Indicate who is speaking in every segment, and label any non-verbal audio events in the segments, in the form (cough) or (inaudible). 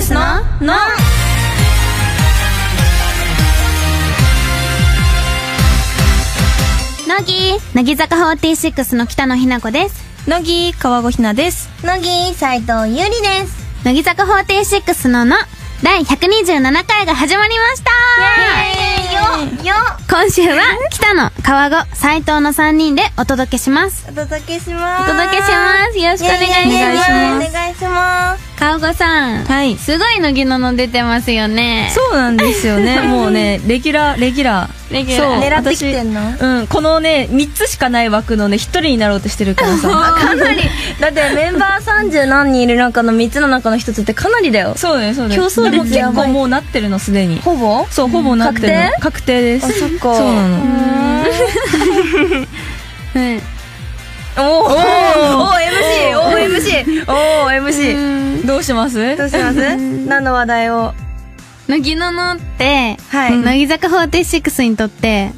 Speaker 1: の
Speaker 2: 乃木乃木坂46の北野日な子です
Speaker 3: 乃木川越ひなです
Speaker 1: 乃木斎藤優里です
Speaker 2: 乃木坂46のの第127回が始まりました
Speaker 1: イエーイよよ
Speaker 2: 今週は北野川越斎藤の3人でお届けします
Speaker 1: お届けしま
Speaker 2: お
Speaker 1: す
Speaker 2: 届けしますよろしくお願い
Speaker 1: イエーイ
Speaker 2: しま
Speaker 1: お
Speaker 2: す
Speaker 1: 願いします
Speaker 2: 川越さん
Speaker 3: はい
Speaker 2: すごい乃木のの出てますよね
Speaker 3: そうなんですよ
Speaker 1: (laughs)
Speaker 3: ねもうねレギュラーレギュラー
Speaker 2: レギュラー
Speaker 3: そう
Speaker 1: 狙ってきてんの
Speaker 3: 私うんこのね3つしかない枠のね1人になろうとしてるか
Speaker 1: (laughs)
Speaker 3: らさ
Speaker 1: かなりだってメンバー30何人いる中の3つの中の1つってかなりだよ
Speaker 3: そうだよそうだ
Speaker 1: 競
Speaker 3: よ
Speaker 1: 争率
Speaker 3: で
Speaker 1: や
Speaker 3: も
Speaker 1: ば
Speaker 3: 結
Speaker 1: い
Speaker 3: 構もうなってるのすでに
Speaker 1: ほぼ
Speaker 3: そうほぼなってるの
Speaker 1: 確定
Speaker 3: 確定で
Speaker 1: あ
Speaker 3: す
Speaker 1: そっか
Speaker 3: そうなの
Speaker 2: うん
Speaker 3: おー
Speaker 1: おー MC おー MC おー MC
Speaker 3: どうします
Speaker 1: どうします何の話題を
Speaker 2: 乃木ののって、
Speaker 1: はい
Speaker 2: 乃木坂46にとって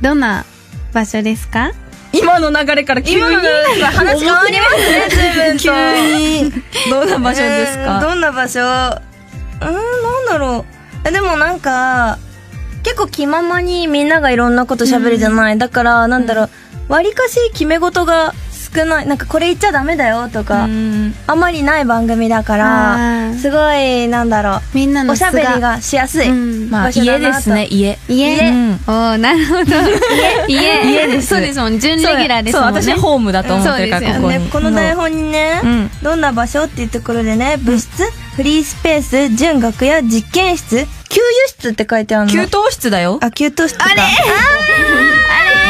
Speaker 2: どんな場所ですか
Speaker 3: 今の流れから急に
Speaker 1: 今の流れから話変わりますね随分と
Speaker 3: 急に (laughs) どんな場所です
Speaker 1: えー
Speaker 3: か
Speaker 1: どんな場所うーんなんだろうえでもなんか結構気ままにみんながいろんなこと喋るじゃない、だからなんだろうわりかし決め事が少ないなんかこれ言っちゃダメだよとか、
Speaker 3: うん
Speaker 1: あんまりない番組だか
Speaker 2: あ
Speaker 1: ら
Speaker 2: ー
Speaker 1: すごいなんだろ
Speaker 2: みんな
Speaker 1: う
Speaker 2: の
Speaker 1: おし
Speaker 2: 素
Speaker 1: ゃべりがしやすい、
Speaker 2: うん
Speaker 3: まあ
Speaker 1: 場所だ
Speaker 3: 家
Speaker 1: なと
Speaker 3: ですね家
Speaker 2: 家
Speaker 3: うん
Speaker 2: おーなるほど家
Speaker 3: 家です
Speaker 2: そうですもん準レギュラーですもんね
Speaker 3: そう私ホームだと思ってるか
Speaker 2: そうで
Speaker 3: ら
Speaker 2: す
Speaker 3: こ
Speaker 2: よ
Speaker 1: で
Speaker 3: こに
Speaker 1: この台本にね、
Speaker 3: うん
Speaker 1: どんな場所っていうところでね部室、フリースペース準学や実験室給油室って書いてあるの
Speaker 3: 給湯室だよ
Speaker 1: あ、給湯室か。あれ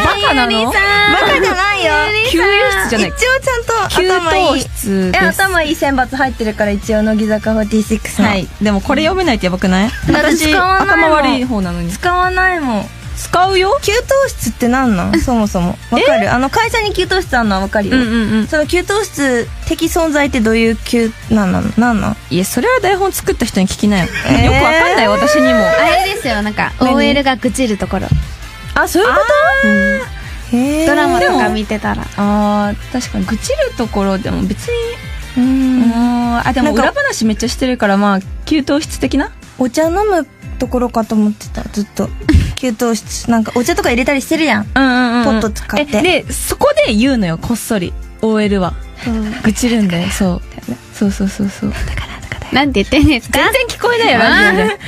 Speaker 3: バカなの
Speaker 2: ゆりさん
Speaker 1: バカじゃないよ。
Speaker 3: 給油室じゃ
Speaker 1: 一
Speaker 3: な
Speaker 1: 応
Speaker 3: い
Speaker 1: ち
Speaker 3: 給
Speaker 1: ゃんと頭い
Speaker 3: 湯
Speaker 1: い。
Speaker 3: 室
Speaker 1: え、
Speaker 3: です
Speaker 1: 頭いい選抜入ってるから一応乃木坂46の。
Speaker 3: はいでもこれ読めないってやばくない
Speaker 1: 私使わないも
Speaker 3: 頭
Speaker 1: ん
Speaker 3: 悪い方なのに
Speaker 1: 使わないもん。
Speaker 3: 使うよ
Speaker 1: 給湯室って何 (laughs) なんそもそも。わかるあの会社に給湯室あるのはわかるよ。
Speaker 3: んうん
Speaker 1: その給湯室的存在ってどういう給、なんなのなんなん
Speaker 3: いやそれは台本作った人に聞きなよよく
Speaker 1: えー
Speaker 3: わかんない私にも
Speaker 2: あれですよなんか
Speaker 1: 何
Speaker 2: OL が愚痴るところ
Speaker 3: あそういうこ
Speaker 1: へー
Speaker 2: ドラマとか
Speaker 1: でも
Speaker 2: 見てたら
Speaker 3: とあー確かに愚痴るところでも別に
Speaker 1: う。
Speaker 3: うんあで
Speaker 1: な
Speaker 3: も
Speaker 1: んか
Speaker 3: 裏話めっちゃしてるからまあ給湯室的な
Speaker 1: お茶飲むところかと思ってた、ずっ (laughs) と。給湯室。なんかお茶とか入れたりしてるやん。
Speaker 3: うんうん
Speaker 1: ポット使って
Speaker 3: えでそこで言うのよこっそり OL は愚痴るんだよそうそうそうそうそう
Speaker 2: なんて言ってんですか
Speaker 3: 全然聞こえないよラジオ (laughs) で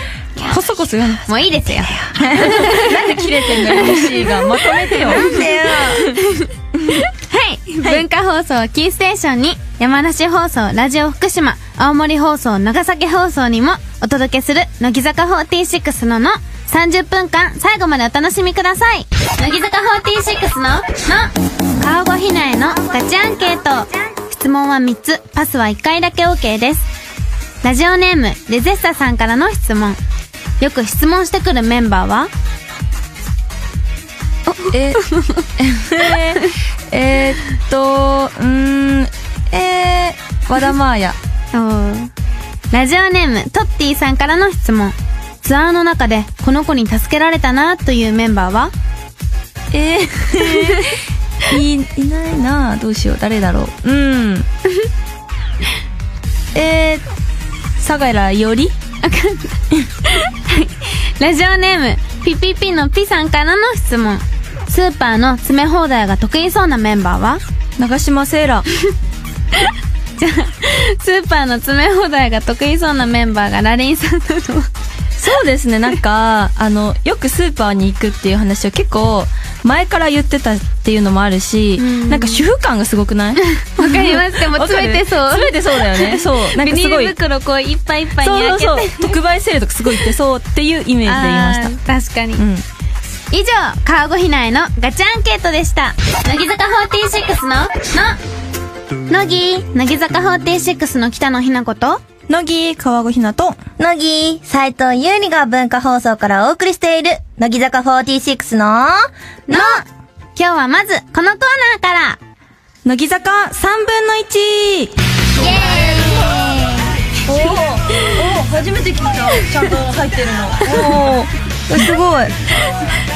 Speaker 3: こそこそ言うの
Speaker 2: もういいですよ
Speaker 3: なんで切れてんのよ MC がまとめてよ
Speaker 1: なんでよ。
Speaker 2: はい、文化放送をキーステーションに山梨放送ラジオ福島青森放送長崎放送にもお届けする乃木坂46のの30分間最後までお楽しみください乃木坂46のの顔越ひなへのガチアンケート質問は3つパスは1回だけ OK ですラジオネームレゼッサさんからの質問よく質問してくるメンバーは
Speaker 3: ええーっとうーんえー、和田真彩
Speaker 2: ラジオネームトッティさんからの質問ツアーの中でこの子に助けられたなというメンバーは
Speaker 3: えー、いいないなどうしよう誰だろううん (laughs) えー、相良より
Speaker 2: ラジオネームピピピのピさんからの質問スーパーの詰め放題が得意そうなメンバーは
Speaker 3: 長島セーラ
Speaker 2: スーパーの詰め放題が得意そうなメンバーがラリンさんなの
Speaker 3: (laughs) そうですねなんかあのよくスーパーに行くっていう話を結構前から言ってたっていうのもあるし
Speaker 2: うん
Speaker 3: なんか主婦感がすごくない
Speaker 2: わかりますでも
Speaker 3: わか
Speaker 2: 詰
Speaker 3: る
Speaker 2: めてそう
Speaker 3: 詰めてそうだよ
Speaker 2: (laughs)
Speaker 3: ねそうなん
Speaker 2: ビ
Speaker 3: か
Speaker 2: ニ
Speaker 3: すご
Speaker 2: ー
Speaker 3: い
Speaker 2: ル袋こういっぱいいっぱいに
Speaker 3: そ
Speaker 2: 開
Speaker 3: う
Speaker 2: けて
Speaker 3: そうそう特売セールとかすごい行ってそうっていうイメージで言いました
Speaker 2: あー確かに、
Speaker 3: うん
Speaker 2: 以上川越ひなへのガチアンケートでした乃木坂46のの乃木乃木坂46の北野ひな子と
Speaker 3: 乃木川越ひなと
Speaker 1: 乃木、斉藤優里が文化放送からお送りしている、乃木坂46の、
Speaker 2: の今日はまずこのコーナーから
Speaker 3: 乃木坂3分の1
Speaker 1: おお初めて聞いた。ちゃんと入ってるの。おおすごい。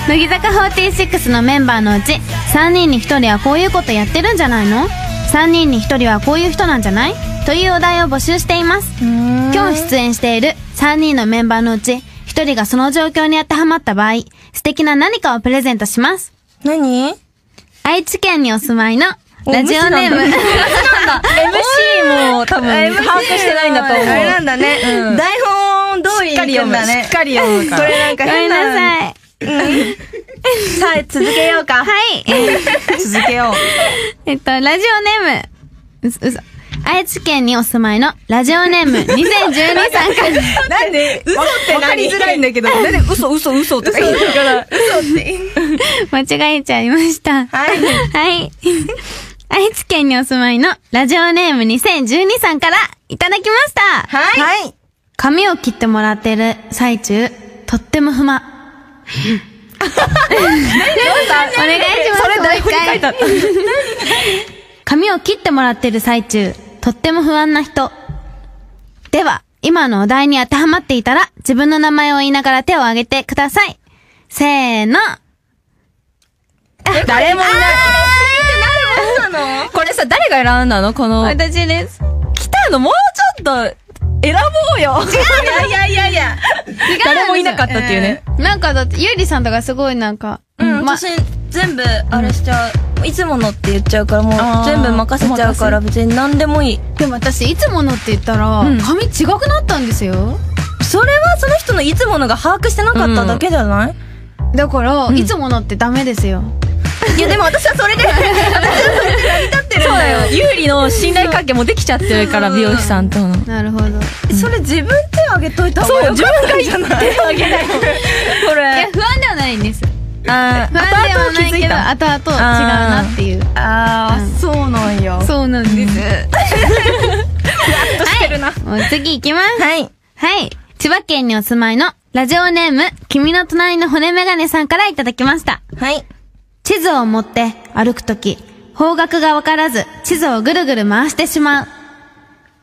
Speaker 2: 乃木坂46のメンバーのうち3人に1人はこういうことやってるんじゃないの3人に1人はこういう人なんじゃないというお題を募集しています今日出演している3 3人のメンバーのうち、1人がその状況に当てはまった場合、素敵な何かをプレゼントします。
Speaker 1: 何
Speaker 2: 愛知県にお住まいの、ラジオネーム
Speaker 1: お無視なん。
Speaker 3: MC も多分把握してないんだと
Speaker 1: あれな
Speaker 3: 思
Speaker 1: んだね。
Speaker 3: うん
Speaker 1: 台本通
Speaker 3: う。
Speaker 1: り
Speaker 3: しっかり
Speaker 1: 行く
Speaker 3: 読
Speaker 1: ん
Speaker 3: む。
Speaker 1: だね。
Speaker 3: しっかり読むか
Speaker 1: こ
Speaker 3: ら。
Speaker 1: れなんか
Speaker 2: ごめ
Speaker 1: 変
Speaker 2: ん
Speaker 1: な。
Speaker 2: な
Speaker 1: さ
Speaker 2: さい。
Speaker 1: い、続けよう
Speaker 2: は
Speaker 1: か。
Speaker 2: い。
Speaker 3: 続けよう。
Speaker 2: えっと、ラジオネーム。うす、うそ。愛知県にお住まいのラジオネーム2012さんから。
Speaker 1: なんで、嘘って
Speaker 3: わかりづらいんだけど、全然嘘嘘嘘とか言うから。
Speaker 2: 間違えちゃいました。
Speaker 1: はい
Speaker 2: はい。愛知県にお住まいのラジオネーム2012さんからいただきました。
Speaker 1: はい。
Speaker 3: はい。
Speaker 2: 髪を切ってもらってる最中、とっても不満。お願いします。
Speaker 3: それ台本に書いてあった。
Speaker 2: 髪を切ってもらってる最中、とっても不安な人。では、今のお題に当てはまっていたら、自分の名前を言いながら手を挙げてください。せーの。
Speaker 3: 誰もいない。
Speaker 1: そうなの
Speaker 3: これさ、誰が選んだのこの。
Speaker 2: 私です。
Speaker 3: 来たのもうちょっと、選ぼうよ。
Speaker 1: いやいやいやいや。
Speaker 3: 誰もいなかったっていうね。
Speaker 2: なんかだって、ゆりさんとかすごいなんか、
Speaker 1: うん、
Speaker 2: ま
Speaker 1: 私、全部、あれしちゃう。いつものって言っちゃうから、もう、
Speaker 3: あー
Speaker 1: 全部任せちゃうから、別に何でもいい。
Speaker 2: でも私、いつものって言ったら、
Speaker 3: うん
Speaker 2: 髪違くなったんですよ。
Speaker 1: それはその人のいつものが把握してなかっただけじゃない、
Speaker 2: だから、いつものってダメですよ。
Speaker 1: いや、でも私はそれで、私はそれで成り立ってるんだよ。
Speaker 3: 有利の信頼関係もできちゃってるから、美容師さんとの。
Speaker 2: なるほど。い
Speaker 1: それ自分手あげといた方が
Speaker 3: そう、
Speaker 1: よか
Speaker 3: 自
Speaker 1: っ
Speaker 3: 分
Speaker 1: たんじゃな
Speaker 3: が
Speaker 1: い
Speaker 3: 手を挙げないの。こ
Speaker 2: や、不
Speaker 3: れ。
Speaker 2: 安ではないんです。
Speaker 1: あ
Speaker 2: 不安ではないけど、
Speaker 3: 後
Speaker 2: 後々違うなっていう。
Speaker 1: あー、そうなんや。
Speaker 2: そうなんです。
Speaker 1: してるな。
Speaker 2: もう次行きます。
Speaker 1: はい。
Speaker 2: はい。千葉県にお住まいの、ラジオネーム、君の隣の骨メガネさんからいただきました。
Speaker 1: はい。
Speaker 2: 地図を持って歩くとき、方角がわからず、地図をぐるぐる回してしまう。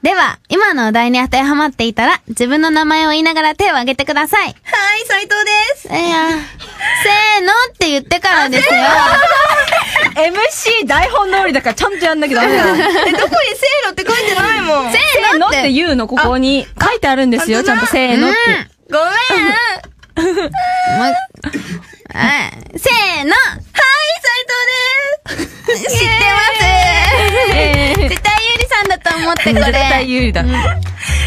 Speaker 2: では、今のお題に当てはまっていたら、自分の名前を言いながら手を挙げてください。
Speaker 1: はい、斎藤
Speaker 2: (laughs)
Speaker 1: です。
Speaker 2: いや、せーのって言ってからですよ。
Speaker 3: MC 台本通りだからちゃんとやんなきゃダメだ
Speaker 1: え、
Speaker 3: よ。
Speaker 1: どこにせーのって書いてないもん。
Speaker 2: せ
Speaker 3: せ
Speaker 2: ー
Speaker 3: ー
Speaker 2: の
Speaker 3: の
Speaker 2: っ
Speaker 3: ってて言うの、ここに。書いてあるんですよ、ちゃんとせーのって。
Speaker 1: ごめん。
Speaker 2: (laughs) もうはいせーのはい、斉藤
Speaker 3: (laughs)
Speaker 2: です知ってます
Speaker 3: えー
Speaker 2: 絶対ゆりさんだと思ってこれ。
Speaker 3: 絶対有利だ。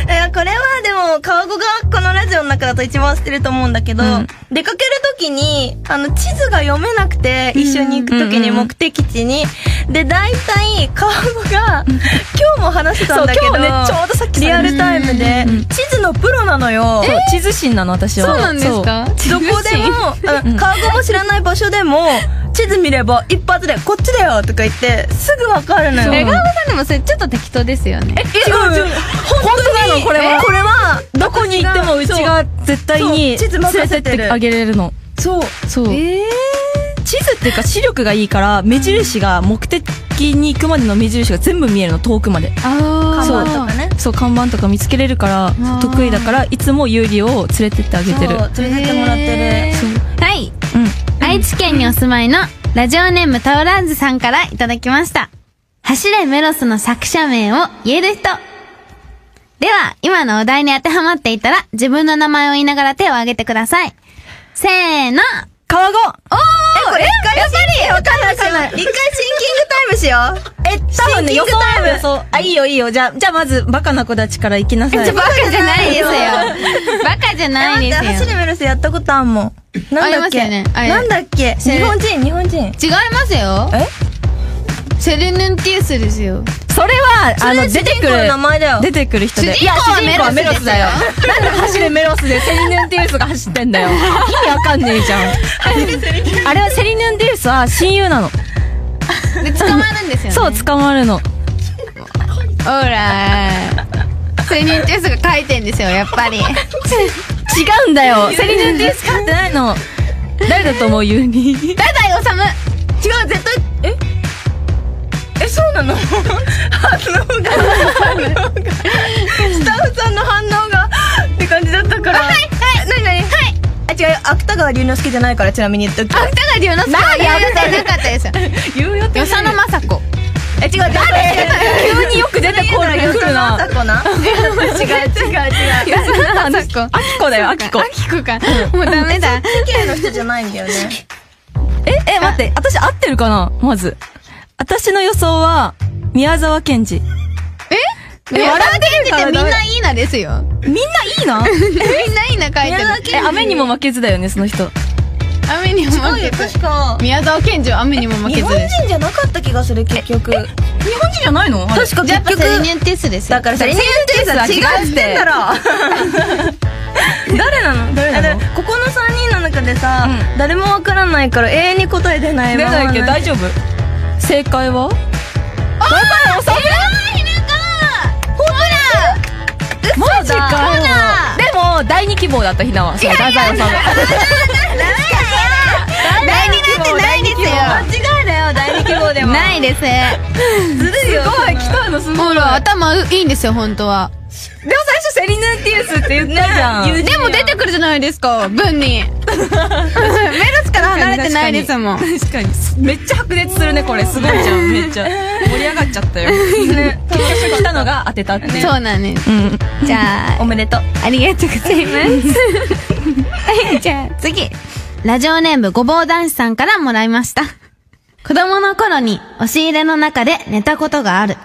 Speaker 1: えこれはでも、川子がこのラジオの中だと一番知ってると思うんだけど、
Speaker 3: うん
Speaker 1: 出かけるときに、あの、地図が読めなくて、一緒に行くときに
Speaker 3: うんうんうん
Speaker 1: 目的地に。で、大体、川子が、今日も話してたんだけど、
Speaker 3: そう今日ねちょうどさっき
Speaker 1: リアルタイムで、地図のプロなのよ。
Speaker 3: そう地図心なの、私は。
Speaker 2: そうなんですか
Speaker 3: そう
Speaker 1: どこでも、うん、川越も知らない場所でも、地図見れば一発で、こっちだよとか言って、すぐわかるのよ。
Speaker 3: そう
Speaker 2: え、ガオさんでもそれちょっと適当ですよね。
Speaker 1: 違う違う。本当なの、これは。これは、
Speaker 3: どこに行ってもうちが絶対に
Speaker 1: そう地図任せてる
Speaker 3: 連れあげれるの。
Speaker 1: そう。
Speaker 3: そう。
Speaker 2: え
Speaker 3: 地図っていうか視力がいいから、目印が、目的に行くまでの目印が全部見えるの、遠くまで。
Speaker 2: あ
Speaker 1: 看
Speaker 3: ー
Speaker 1: 板とかね。
Speaker 3: そう、看板とか見つけれるから
Speaker 2: ー、
Speaker 3: 得意だから、いつも有利を連れてってあげてる。
Speaker 1: そう連れてってもらってる。
Speaker 2: はい。
Speaker 3: うん。
Speaker 2: 愛知県にお住まいの、ラジオネームタオランズさんからいただきました。走れメロスの作者名を言える人。では、今のお題に当てはまっていたら、自分の名前を言いながら手を挙げてください。せーの
Speaker 3: 川越
Speaker 2: おー
Speaker 1: え、これ一回やっぱり、一回シンキングタイムしよう。え、
Speaker 3: 多分ね、
Speaker 1: シン
Speaker 3: 予
Speaker 1: キング
Speaker 3: 想
Speaker 1: タイム
Speaker 3: 予想。あ、いいよいいよ。じゃあ、じゃあまず、バカな子たちから行きなさい。
Speaker 2: ちょ、バカじゃないですよ。 (laughs) バカじゃ
Speaker 1: え、
Speaker 2: ない
Speaker 1: 待って、
Speaker 2: で
Speaker 1: 走
Speaker 2: すよ。
Speaker 1: るメロスやったことあんもん。なんだっ
Speaker 2: あ
Speaker 1: け
Speaker 2: りますよねあ
Speaker 1: なんだっけ
Speaker 2: せ
Speaker 1: 日本人、日本人。
Speaker 2: 違いますよ。
Speaker 1: え
Speaker 2: セレヌンティウスですよ。
Speaker 3: それは、あの、
Speaker 1: それ
Speaker 3: 出
Speaker 1: 主
Speaker 3: てく
Speaker 1: 人公
Speaker 3: る
Speaker 1: の名。前だよ。
Speaker 3: 出てくる人
Speaker 2: 主
Speaker 3: で。
Speaker 2: 人公はメロスだよ。
Speaker 3: なんで走るメロスでセリヌンティウスが走ってんだよ。意味わかんねえじゃん。あれはセリヌンティウスは親友なの。
Speaker 2: で、捕まるんですよね。
Speaker 3: そう、捕まるの。
Speaker 2: ほらセリヌンティウスが書いてんですよ、やっぱり。
Speaker 3: 違うんだよ。セリヌンティウス飼ってないの。誰だと思う、ユーニ。
Speaker 2: (laughs) ただ治む
Speaker 1: 違う、絶対、ええ、そうなの反応が、スタッフさんの反応が、って感じだったから。はい、はい、なになにはい。あ、違うよ、芥川龍之介じゃないから、ちなみに言っとくけど。
Speaker 2: (laughs) 芥川龍之介はやめてなかったですよ。
Speaker 3: 言うよって
Speaker 2: 与謝野雅子。
Speaker 1: え、違う、違う、
Speaker 3: 急によく出てこない。来る
Speaker 1: あ
Speaker 3: な。
Speaker 1: さこな。
Speaker 2: 違
Speaker 1: (laughs)
Speaker 2: う違う違う。
Speaker 3: いや、それな、あの、あきこだよ、あきこ。
Speaker 2: あきこか。もうダメだ。
Speaker 1: 綺麗な人じゃないんだよね。
Speaker 3: え、え、待って、私合ってるかなまず。私の予想は、宮沢賢治。
Speaker 2: え
Speaker 3: 笑
Speaker 2: 笑ってる
Speaker 3: ってるから
Speaker 2: みんないいなですよ。
Speaker 3: みんないいな
Speaker 2: みんないいな書いてる。
Speaker 3: え、雨にも負けずだよね、その人。
Speaker 2: 雨にも負
Speaker 1: 違う
Speaker 2: け
Speaker 1: よ、
Speaker 2: ず。
Speaker 1: 確か。
Speaker 2: 宮沢賢治は雨にも負け
Speaker 1: 日
Speaker 2: ず
Speaker 1: 本
Speaker 2: です。
Speaker 1: 人じゃなかった気がする、結局。確
Speaker 3: 日本人じゃないの確
Speaker 1: か、
Speaker 2: じゃあやっ
Speaker 1: 結
Speaker 2: ぱ
Speaker 1: 局。
Speaker 2: セリニュンティスですよ。
Speaker 1: だからさ、セリニュンティスは違うって言ってんだろ誰なの
Speaker 3: 誰なの
Speaker 1: あだからここの3人の中でさ、誰もわからないから永遠に答え出ない
Speaker 3: 出
Speaker 1: まま
Speaker 3: ないけど大丈夫正解は
Speaker 1: あー正解ほら
Speaker 3: マジ
Speaker 1: 嘘だ
Speaker 3: かでも、第二希望だった、ひなは。そう、太宰治。
Speaker 2: 第二なんてないですよ。
Speaker 1: 間違いだよ第二希望でも
Speaker 2: ないです。
Speaker 1: ずるいよ
Speaker 3: すごい、来たの、すごい。
Speaker 2: ほら、頭いいんですよ、本当は。
Speaker 3: でも最初セリヌンティウスって言ったじゃん。
Speaker 2: でも出てくるじゃないですか、文に。
Speaker 1: (laughs)
Speaker 2: 目の力離れてないですもん。
Speaker 3: 確かに。めっちゃ白熱するね、これ。すごいじゃん、めっちゃ。盛り上がっちゃったよ。 (laughs) ね。結局来たのが当てたっていう。
Speaker 2: そうなんです。
Speaker 3: うん。
Speaker 2: じゃ
Speaker 3: おめでとう。
Speaker 2: あ、ありがとうございます。 (laughs) はい、じゃあ次。ラジオネームごぼう男子さんからもらいました。子供の頃に押し入れの中で寝たことがある。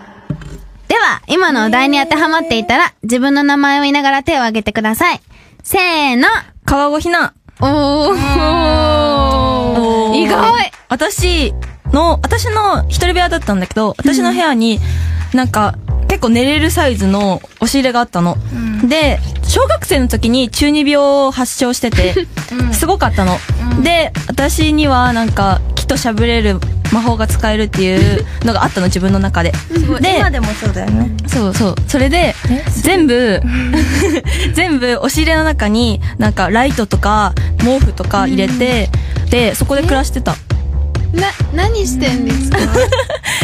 Speaker 2: では、今のお題に当てはまっていたら、自分の名前を言いながら手を挙げてください。せーの。
Speaker 3: 川越ひな。
Speaker 2: おー。意外。
Speaker 3: 私の、私の一人部屋だったんだけど、私の部屋に、なんか、結構寝れるサイズの押し入れがあったの。で、小学生の時に中二病を発症してて、すごかったの。で、私にはなんか、木としゃぶれる魔法が使えるっていうのがあったの、自分の中で。で
Speaker 1: 今、でもそうだよね
Speaker 3: そうそう。それで、全部、 (laughs) 全部、押し入れの中に、なんか、ライトとか、毛布とか入れて、で、そこで暮らしてた。
Speaker 2: な、何してんですか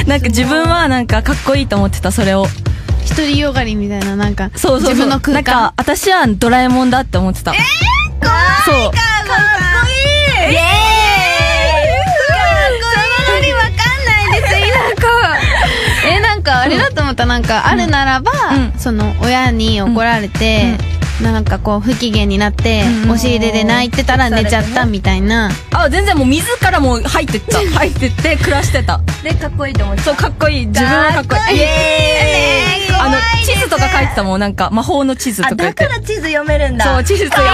Speaker 3: なんか自分はなんかかっこいいと思ってた、それを。
Speaker 2: (laughs) 一人よがりみたいな、なんか。
Speaker 3: そうそう
Speaker 2: 自
Speaker 3: そう。
Speaker 2: 分の
Speaker 3: な
Speaker 2: 空
Speaker 3: んか
Speaker 2: 間。、
Speaker 3: 私はドラえもんだって思ってた。えそ
Speaker 1: かっこ
Speaker 3: う。
Speaker 1: いいイエーイ
Speaker 2: そのノリわかんないです、稲子。え、なんか、あれだと思った。なんか、あるならば、
Speaker 3: うん
Speaker 2: その、親に怒られて、なんかこう、不機嫌になって、
Speaker 3: うん
Speaker 2: 押し入れで泣いてたら寝ちゃったみたいな。
Speaker 3: あ、全然もう自らもう入ってった。入ってって暮らしてた。
Speaker 1: でかっこいいと思って
Speaker 3: そう、かっこいい。自分はかっこいい。イエーイあの、地図とか書いてたもん。なんか魔法の地図と
Speaker 1: あ
Speaker 3: か言
Speaker 1: だ
Speaker 3: って
Speaker 1: か。ら地図読めるんだ
Speaker 3: そう、地図とか。かっ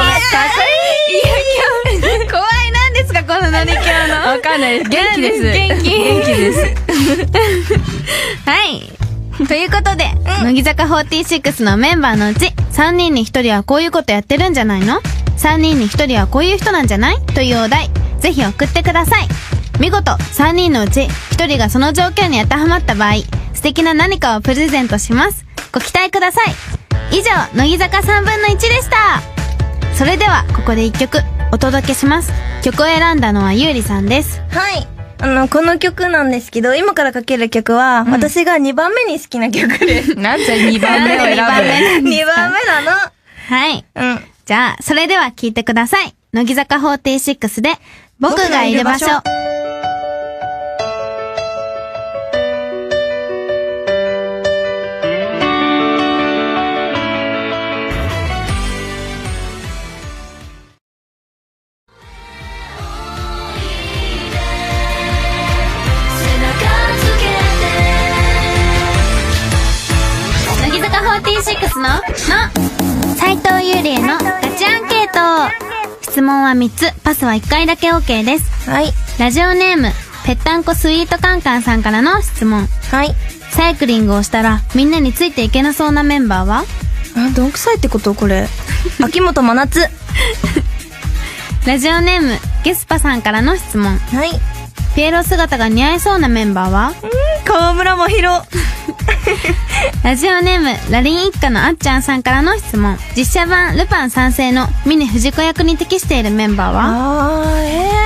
Speaker 2: 怖い、なんですか、この何キャ
Speaker 3: こいいわかんない。元気です。
Speaker 2: 元気
Speaker 3: 元気です。
Speaker 2: はい。ということで、乃木坂46のメンバーのうち、3人に1人はこういうことやってるんじゃないの ?3 人に1人はこういう人なんじゃないというお題、ぜひ送ってください。見事、3人のうち、1人がその条件に当てはまった場合、素敵な何かをプレゼントします。ご期待ください。以上、乃木坂3分の1でした。それでは、ここで1曲、お届けします。曲を選んだのはゆうりさんです。
Speaker 1: はいあの、この曲なんですけど、今からかける曲は、私が2番目に好きな曲です。
Speaker 3: なんで2番目を選ぶ
Speaker 2: なんで二番目
Speaker 1: 2番目な
Speaker 2: はい。
Speaker 1: の。うん。
Speaker 2: じゃあ、それでは聞いてください。乃木坂46で、僕がいる場所。乃木坂46の、の、斎藤優里へのガチアンケート。質問は3つ、パスは1回だけ OK です。
Speaker 1: はい。
Speaker 2: ラジオネーム、ぺったんこスイートカンカンさんからの質問。
Speaker 1: はい。
Speaker 2: サイクリングをしたら、みんなについていけなそうなメンバーは
Speaker 1: あ、どんくさいってことこれ。 (laughs) 秋元真夏。
Speaker 2: ラジオネーム、ゲスパさんからの質問。
Speaker 1: はい。
Speaker 2: ピエロ姿が似合いそうなメンバーは
Speaker 1: 河村真宏。
Speaker 2: ラジオネーム、ラリン一家のあっちゃんさんからの質問。実写版、ルパン三世のミニ藤子役に適しているメンバーは
Speaker 1: あー、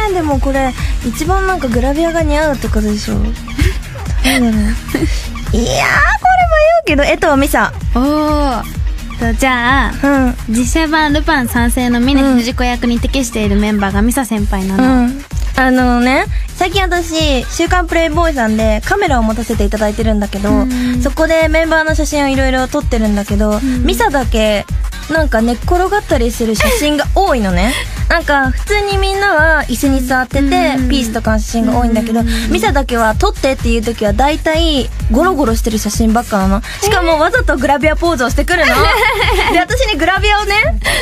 Speaker 1: えー、でもこれ、一番なんかグラビアが似合うってことでしょ。 (laughs) どうだろういやー、これ迷うけど、江藤美沙。
Speaker 2: おーとじゃあ
Speaker 1: うん。
Speaker 2: 実写版「ルパン三世」の峰不二子役に適しているメンバーがミサ先輩な
Speaker 1: う
Speaker 2: の、
Speaker 1: ん。あのね、最近私「週刊プレイボーイ」さんでカメラを持たせていただいてるんだけど、
Speaker 2: うん
Speaker 1: そこでメンバーの写真をいろいろ撮ってるんだけど、ミサだけなんか寝っ転がったりする写真が多いの
Speaker 2: (laughs)
Speaker 1: ねなんか普通にみんなは椅子に座ってて、
Speaker 2: うん
Speaker 1: ピースとかの写真が多いんだけど、ミサだけは撮ってっていう時は大体ゴロゴロしてる写真ばっかなのしかもわざとグラビアポーズをし
Speaker 2: (laughs)
Speaker 1: てくるので私にグラビアをね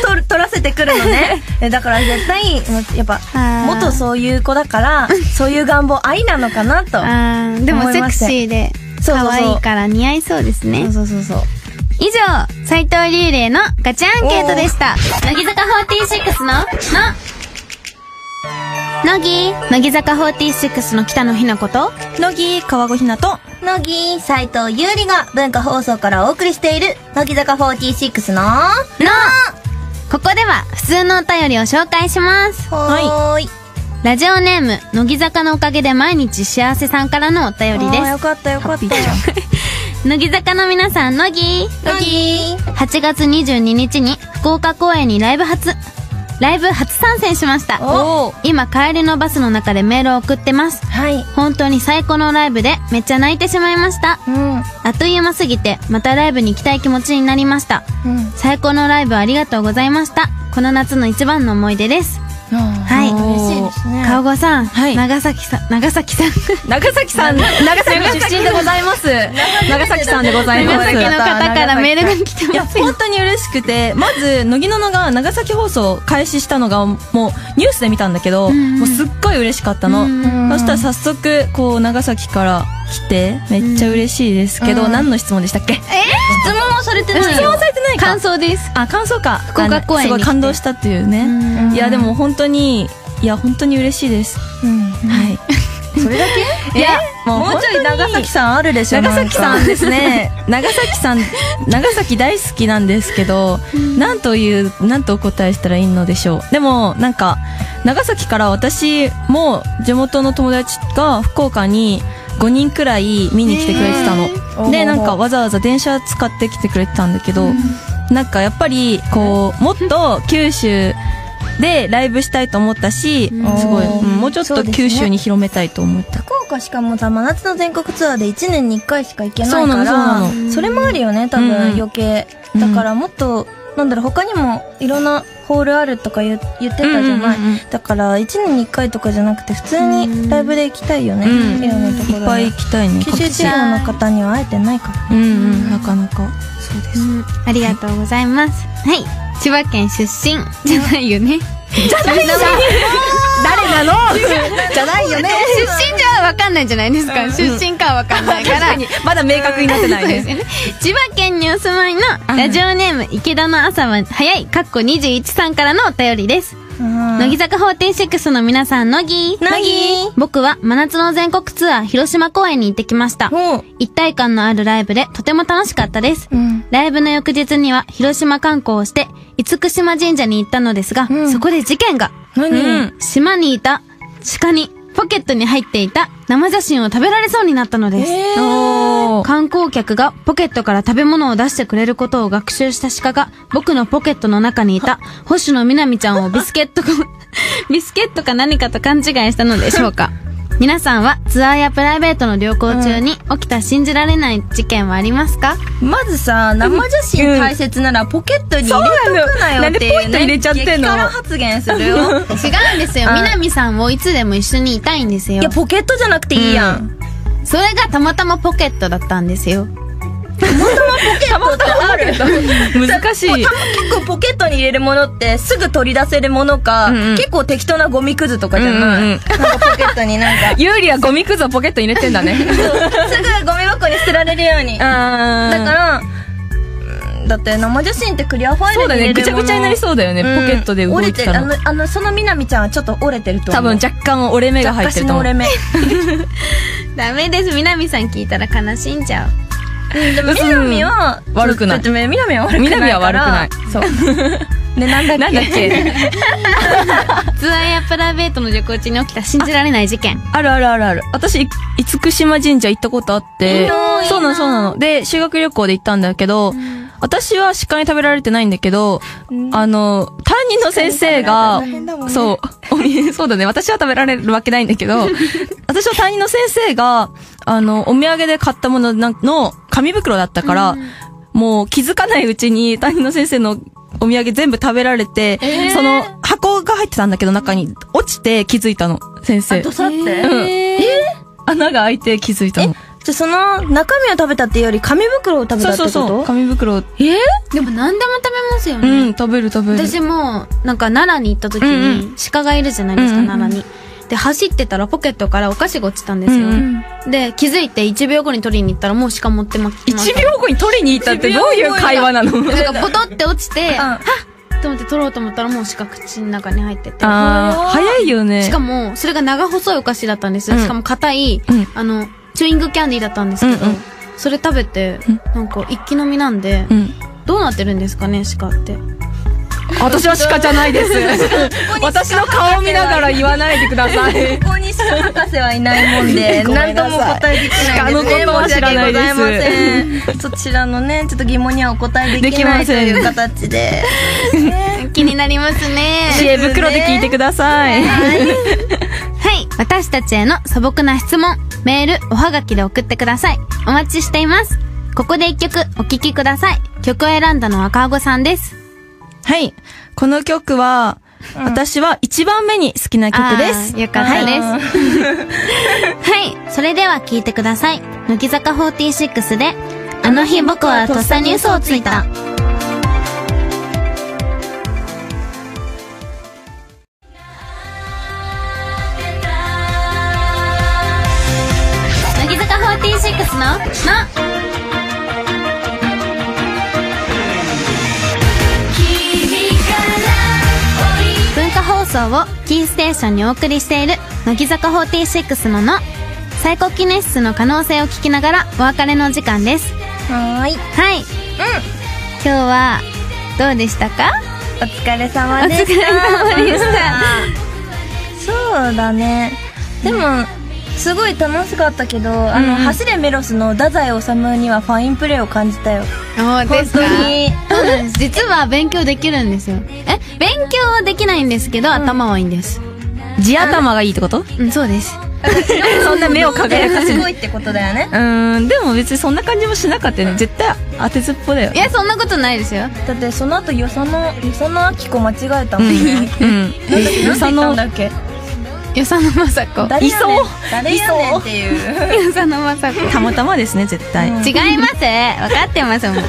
Speaker 1: 撮る撮らせてくるのね
Speaker 2: (laughs)
Speaker 1: えだから絶対やっぱ
Speaker 2: あー
Speaker 1: 元そういう子だから、そういう願望ありなのかなと。
Speaker 2: あーでも
Speaker 1: 思い
Speaker 2: セク
Speaker 1: ました
Speaker 2: シーで
Speaker 1: そうそうそう
Speaker 2: 可愛いから似合いそうですね
Speaker 1: そうそうそうそう。
Speaker 2: 以上斉藤龍玲のガチアンケートでした乃木坂46の「の」乃木乃木坂46の北野日向子と
Speaker 3: 乃木、川越ひなと、
Speaker 1: 乃木斉藤優里が文化放送からお送りしている乃木坂46の
Speaker 2: のここでは普通のお便りを紹介します
Speaker 1: はーい。
Speaker 2: ラジオネーム乃木坂のおかげで毎日幸せさんからのお便りで
Speaker 1: あーよかったよかった。
Speaker 2: す乃木坂の皆さん乃木
Speaker 1: 乃木
Speaker 2: 8月22日に福岡公演にライブ初ライブ初参戦しました
Speaker 1: おー
Speaker 2: 今帰りのバスの中でメールを送ってます
Speaker 1: はい。
Speaker 2: 本当に最高のライブでめっちゃ泣いてしまいました
Speaker 1: うん。
Speaker 2: あっという間すぎてまたライブに行きたい気持ちになりました
Speaker 1: うん。
Speaker 2: 最高のライブありがとうございましたこの夏の一番の思い出ですはい
Speaker 1: 嬉しいですね。
Speaker 2: 川越さん、
Speaker 3: はい
Speaker 2: 長崎さん長崎さん
Speaker 3: 長崎さん、長崎の出身でございます。長崎さんでございま
Speaker 2: 長
Speaker 3: す。
Speaker 2: 崎の方からメールが来て (laughs)
Speaker 3: いや、
Speaker 2: ますよ
Speaker 3: 本当に嬉しくて、まず、乃木ののが長崎放送開始したのが、もうニュースで見たんだけど、
Speaker 2: ん
Speaker 3: もうすっごい嬉しかったの。
Speaker 2: うん
Speaker 3: そしたら早速、こう、長崎から来て、めっちゃ嬉しいですけど、
Speaker 1: うん
Speaker 3: 何の質問でしたっけ
Speaker 1: 質問はされてない
Speaker 3: 質
Speaker 1: よ。
Speaker 3: 問されてないか
Speaker 2: 感。想です
Speaker 3: あ、感想か。
Speaker 2: 福岡公演に来て
Speaker 3: あのすごい感動したっていう
Speaker 2: う
Speaker 3: ね。
Speaker 1: ん
Speaker 3: いや、でも本当に、いや、本当に嬉しいです。
Speaker 1: うん。
Speaker 3: はい。
Speaker 1: それだ (laughs) けいや、
Speaker 3: もう
Speaker 1: もうちょ
Speaker 3: 本当
Speaker 1: い
Speaker 3: に
Speaker 1: 長崎さんあるでしょ。。
Speaker 3: 長崎さんですすね (laughs) 長崎さん長崎大好きなんですけど、なんというなんとお答えしたらいいのでしょうでもなんか長崎から私も地元の友達が福岡に5人くらい見に来てくれてたの、
Speaker 1: ー
Speaker 3: でなんかわざわざ電車使ってきてくれてたんだけど、なんかやっぱりこうもっと九州でライブしたいと思ったし、
Speaker 2: うん
Speaker 3: すごい、
Speaker 1: おー
Speaker 3: うんもうちょっ
Speaker 1: そ
Speaker 3: と
Speaker 1: うですね
Speaker 3: 九州に広めたいと思った
Speaker 1: 福岡しかもさ、真夏の全国ツアーで1年に1回しか行けないから、
Speaker 3: そうなのそうな
Speaker 1: う
Speaker 3: の
Speaker 1: んそれもあるよね、多
Speaker 3: うん
Speaker 1: 分
Speaker 3: うん
Speaker 1: 余計。
Speaker 3: うん
Speaker 1: だからもっと、なんだろう、他にもいろんなホールあるとか言う言ってたじゃない。
Speaker 3: うんうんうんうん
Speaker 1: だから1年に1回とかじゃなくて、普通にライブで行きたいよね、
Speaker 3: うん
Speaker 1: いろんなところ
Speaker 3: いっぱい行きたいね
Speaker 1: 九州地
Speaker 3: 各地
Speaker 1: 方の方には会えてないから。
Speaker 3: うんうんなかなか
Speaker 1: そうで
Speaker 2: うんありがとうございます。はい。千葉県出身 (laughs) じゃないよね。じゃないよね。
Speaker 1: 誰な
Speaker 3: (laughs)
Speaker 1: のじゃないよね。
Speaker 2: 出身じゃわかんないじゃないですか。出身かはわかんないから。
Speaker 3: まだ明確になって
Speaker 2: (laughs)
Speaker 3: な
Speaker 2: そうですよね。千葉県にお住まいのラジオネーム池田の朝は早い、かっこ21さんからのお便りです。乃木坂46の皆さん、乃木。
Speaker 1: 乃木
Speaker 2: 僕は真夏の全国ツアー広島公演に行ってきました。
Speaker 1: もう、
Speaker 2: 一体感のあるライブでとても楽しかったです。
Speaker 1: うん。
Speaker 2: ライブの翌日には広島観光をして、厳島神社に行ったのですが、
Speaker 1: うん
Speaker 2: そこで事件が。
Speaker 1: 何、
Speaker 3: うん
Speaker 2: 島にいた鹿にポケットに入っていた生写真を食べられそうになったのです。
Speaker 1: え
Speaker 3: おー
Speaker 2: 観光客がポケットから食べ物を出してくれることを学習した鹿が僕のポケットの中にいた星野みなみちゃんをビスケットか、 (laughs) ビスケットか何かと勘違いしたのでしょうか。皆さんはツアーやプライベートの旅行中に起きた信じられない事件はありますか、
Speaker 1: まずさ、生写真大切ならポケットに入れとくなよっていう、ね。
Speaker 3: そうなのなんでポイント入れちゃってんの
Speaker 1: 激辛発言するよ。
Speaker 2: 違うんですよ。
Speaker 1: あ
Speaker 2: みなみさんをいつでも一緒にいたいんですよ
Speaker 1: いや、。ポケットじゃなくていいやん。
Speaker 2: それがたまたまポケットだったんですよ。
Speaker 1: たまたまある。
Speaker 3: 難しい
Speaker 1: 結構ポケットに入れるものってすぐ取り出せるものか、
Speaker 3: うんうん
Speaker 1: 結構適当なゴミくずとかじゃない、
Speaker 3: うんうんう
Speaker 1: な
Speaker 3: ん。
Speaker 1: んかポケットになんか
Speaker 3: ユーリはゴミくずをポケットに入れてんだね
Speaker 1: すぐゴミ箱に捨てられるように。だから、うんだって生写真ってクリアファイ
Speaker 3: そう
Speaker 1: ルに入れる
Speaker 3: だねぐちゃぐちゃになり
Speaker 1: う
Speaker 3: そうだよね、ポケットで動いてた
Speaker 1: 折
Speaker 3: の
Speaker 1: れてあの、あの、そのみなみちゃんはちょっと折れてると思う。
Speaker 3: 多分若干折れ目が入ってると思う
Speaker 1: 若干の折れ目。
Speaker 2: ダメです。みなみさん聞いたら悲しんじゃう。
Speaker 1: でも、みなみは、
Speaker 3: うん悪くない
Speaker 1: ちょっとみなみは悪くない。
Speaker 3: みなみは悪くない。
Speaker 1: そう。で、なんだっけ
Speaker 3: なんだっけ
Speaker 2: ツアーやプライベートの旅行中に起きた信じられない事件。
Speaker 3: あるあるあるある私い厳島神社行ったことあって
Speaker 1: いいなー
Speaker 3: そうな
Speaker 1: いなー
Speaker 3: いのそうなので修学旅行で行ったんだけど、私は鹿に食べられてないんだけど、あの、担任の先生が、
Speaker 1: 鹿に食べられたら大変だもんね
Speaker 3: そう、おみ (laughs) そうだね、私は食べられるわけないんだけ (laughs) ど、私は担任の先生が、あの、お土産で買ったものなんの紙袋だったから、もう気づかないうちに担任の先生のお土産全部食べられて、
Speaker 2: えー
Speaker 3: その箱が入ってたんだけど中に落ちて気づいたの、先生。
Speaker 1: どさって、
Speaker 3: うん穴が開いて気づいたの。
Speaker 1: じゃあその中身を食べたっていうより紙袋を食べた
Speaker 3: そう
Speaker 1: ってこ
Speaker 3: そう
Speaker 1: と
Speaker 3: そう。紙袋。
Speaker 2: えでも何でも食べますよ
Speaker 3: う
Speaker 2: ね。
Speaker 3: ん、食べる食べる。
Speaker 2: 私も、なんか奈良に行った時
Speaker 3: うんう
Speaker 2: に、鹿がいるじゃないですか、
Speaker 3: うんうんうん
Speaker 2: 奈良に。で、走ってたらポケットからお菓子が落ちたんですよ。
Speaker 3: うん
Speaker 2: で、気づいて1秒後に取りに行ったらもう鹿持ってまきま
Speaker 3: 1
Speaker 2: した。
Speaker 3: 秒後に取りに行ったってどういう会話なの
Speaker 2: なんかポトって落ちて、
Speaker 1: うん
Speaker 2: はっと思って取ろうと思ったらもう鹿口の中に入ってて。
Speaker 3: あー、早いよね。
Speaker 2: しかも、それが長細いお菓子だったんですよ。
Speaker 3: うん
Speaker 2: しかも硬い、
Speaker 3: うん
Speaker 2: あの、チューイングキャンディーだったんですけど、
Speaker 3: うんうん
Speaker 2: それ食べて、
Speaker 3: うん
Speaker 2: なんか一気飲みなんで、
Speaker 3: うん。
Speaker 2: どうなってるんですかね、鹿って。
Speaker 3: 私は鹿じゃないです。私の顔見ながら言わないでください。
Speaker 1: ここに鹿博士はいないもんで
Speaker 3: (laughs) ご
Speaker 1: 何
Speaker 3: めん
Speaker 1: と
Speaker 3: なさい
Speaker 1: もお答えできないですね
Speaker 3: 鹿のことは知らな
Speaker 1: 申し訳
Speaker 3: いです
Speaker 1: ございませんそちらのねちょっと疑問にはお答えできない
Speaker 3: でき
Speaker 1: と
Speaker 3: ません
Speaker 1: いう形でね
Speaker 2: 気になりますね。
Speaker 3: 知恵袋で聞いてください。
Speaker 2: はい。私たちへの素朴な質問、メール、おはがきで送ってください。お待ちしています。ここで一曲お聴きください。曲を選んだのは川越さんです。
Speaker 3: はい。この曲は、私は一番目に好きな曲です
Speaker 2: あー。よかったです。
Speaker 1: あ
Speaker 2: (laughs) はい。それでは聴いてください。乃木坂46で、あの日僕はとっさに嘘をついた。乃木坂46の、の、文化放送をキーステーションにお送りしている乃木坂46のの最高記念室の可能性を聞きながらお別れの時間です
Speaker 1: はーい
Speaker 2: はいうん今日はどうでしたか
Speaker 1: お疲れ様でした
Speaker 2: お疲れ様でした
Speaker 1: (laughs) そうだねでも、すごい楽しかったけど、あ
Speaker 3: うんう
Speaker 1: の
Speaker 3: ん
Speaker 1: 走れメロスの太宰治にはファインプレーを感じたよ
Speaker 2: 本
Speaker 1: 本当に
Speaker 2: そうなんです実は勉強できるんですよえ勉強はできないんですけど、頭はいいんです
Speaker 3: 地頭がいいってこと
Speaker 2: うんそうです
Speaker 3: そんな目を輝かせ
Speaker 1: す
Speaker 3: る
Speaker 1: ご。いってことだよね
Speaker 3: うーん、でも別にそんな感じもしなかったよね。絶対当てずっぽだよ
Speaker 2: い。やそんなことないですよ
Speaker 1: (laughs) だってその後よそのよそのあきこ間違えたもんね
Speaker 3: うん。
Speaker 1: よそのだっけ
Speaker 2: 与謝野雅子
Speaker 1: 誰やねん
Speaker 3: いそう
Speaker 1: 誰やねんっていう
Speaker 2: 与謝野雅子
Speaker 3: たまたまですね、絶対。
Speaker 1: うん
Speaker 2: 違います分かってますもん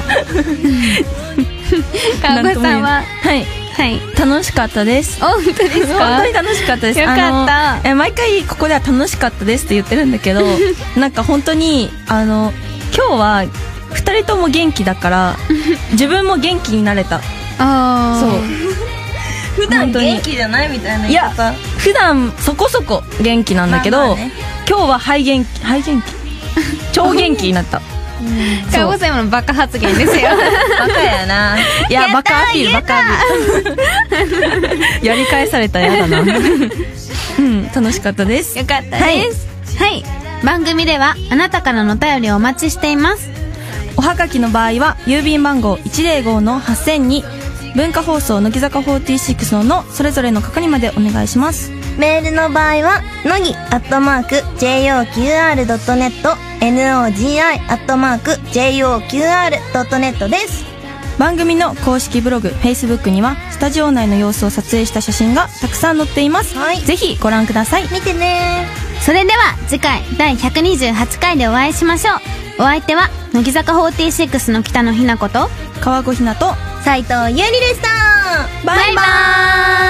Speaker 2: 川
Speaker 3: なん
Speaker 2: 越
Speaker 3: とも
Speaker 2: さ
Speaker 3: 言え
Speaker 2: ん
Speaker 3: な
Speaker 2: はい
Speaker 3: はい。
Speaker 2: はい
Speaker 3: 楽しかったです。
Speaker 2: お本当です
Speaker 3: 本
Speaker 2: か
Speaker 3: 当に楽しかったです。
Speaker 2: よかった
Speaker 3: あのえ毎回ここでは楽しかったですって言ってるんだけど、なんか本当に、あの、今日は、二人とも元気だから、自分も元気になれた。
Speaker 2: あ
Speaker 3: そう。
Speaker 1: 普段元気じゃないみたいない
Speaker 3: や、普段そこそこ元気なんだけど、
Speaker 1: まあまあね
Speaker 3: 今日は肺元気、肺元気超元気になった。
Speaker 2: う川越さん今のバカ発言ですよ
Speaker 1: バカやない
Speaker 3: や、バカアピール、バカアピ (laughs) ール。やり返されたらやだな。 (laughs) うん、楽しかったです。
Speaker 2: よかったですはい、番組ではあなたからのお便りをお待ちしています
Speaker 3: おはがきの場合は、郵便番号105-8000に、文化放送、乃木坂46のの、それぞれの係までお願いします。
Speaker 1: メールの場合は、のぎ、アットマーク、joqr.net、nogi、アットマーク、joqr.net です。
Speaker 3: 番組の公式ブログ、Facebook には、スタジオ内の様子を撮影した写真がたくさん載っています。
Speaker 1: はい
Speaker 3: ぜひご覧ください。
Speaker 1: 見てね
Speaker 2: それでは次回第128回でお会いしましょうお相手は乃木坂46の北野日向子と
Speaker 3: 川越ひなと、
Speaker 1: ー。斉藤ゆりでした
Speaker 2: バイバーイ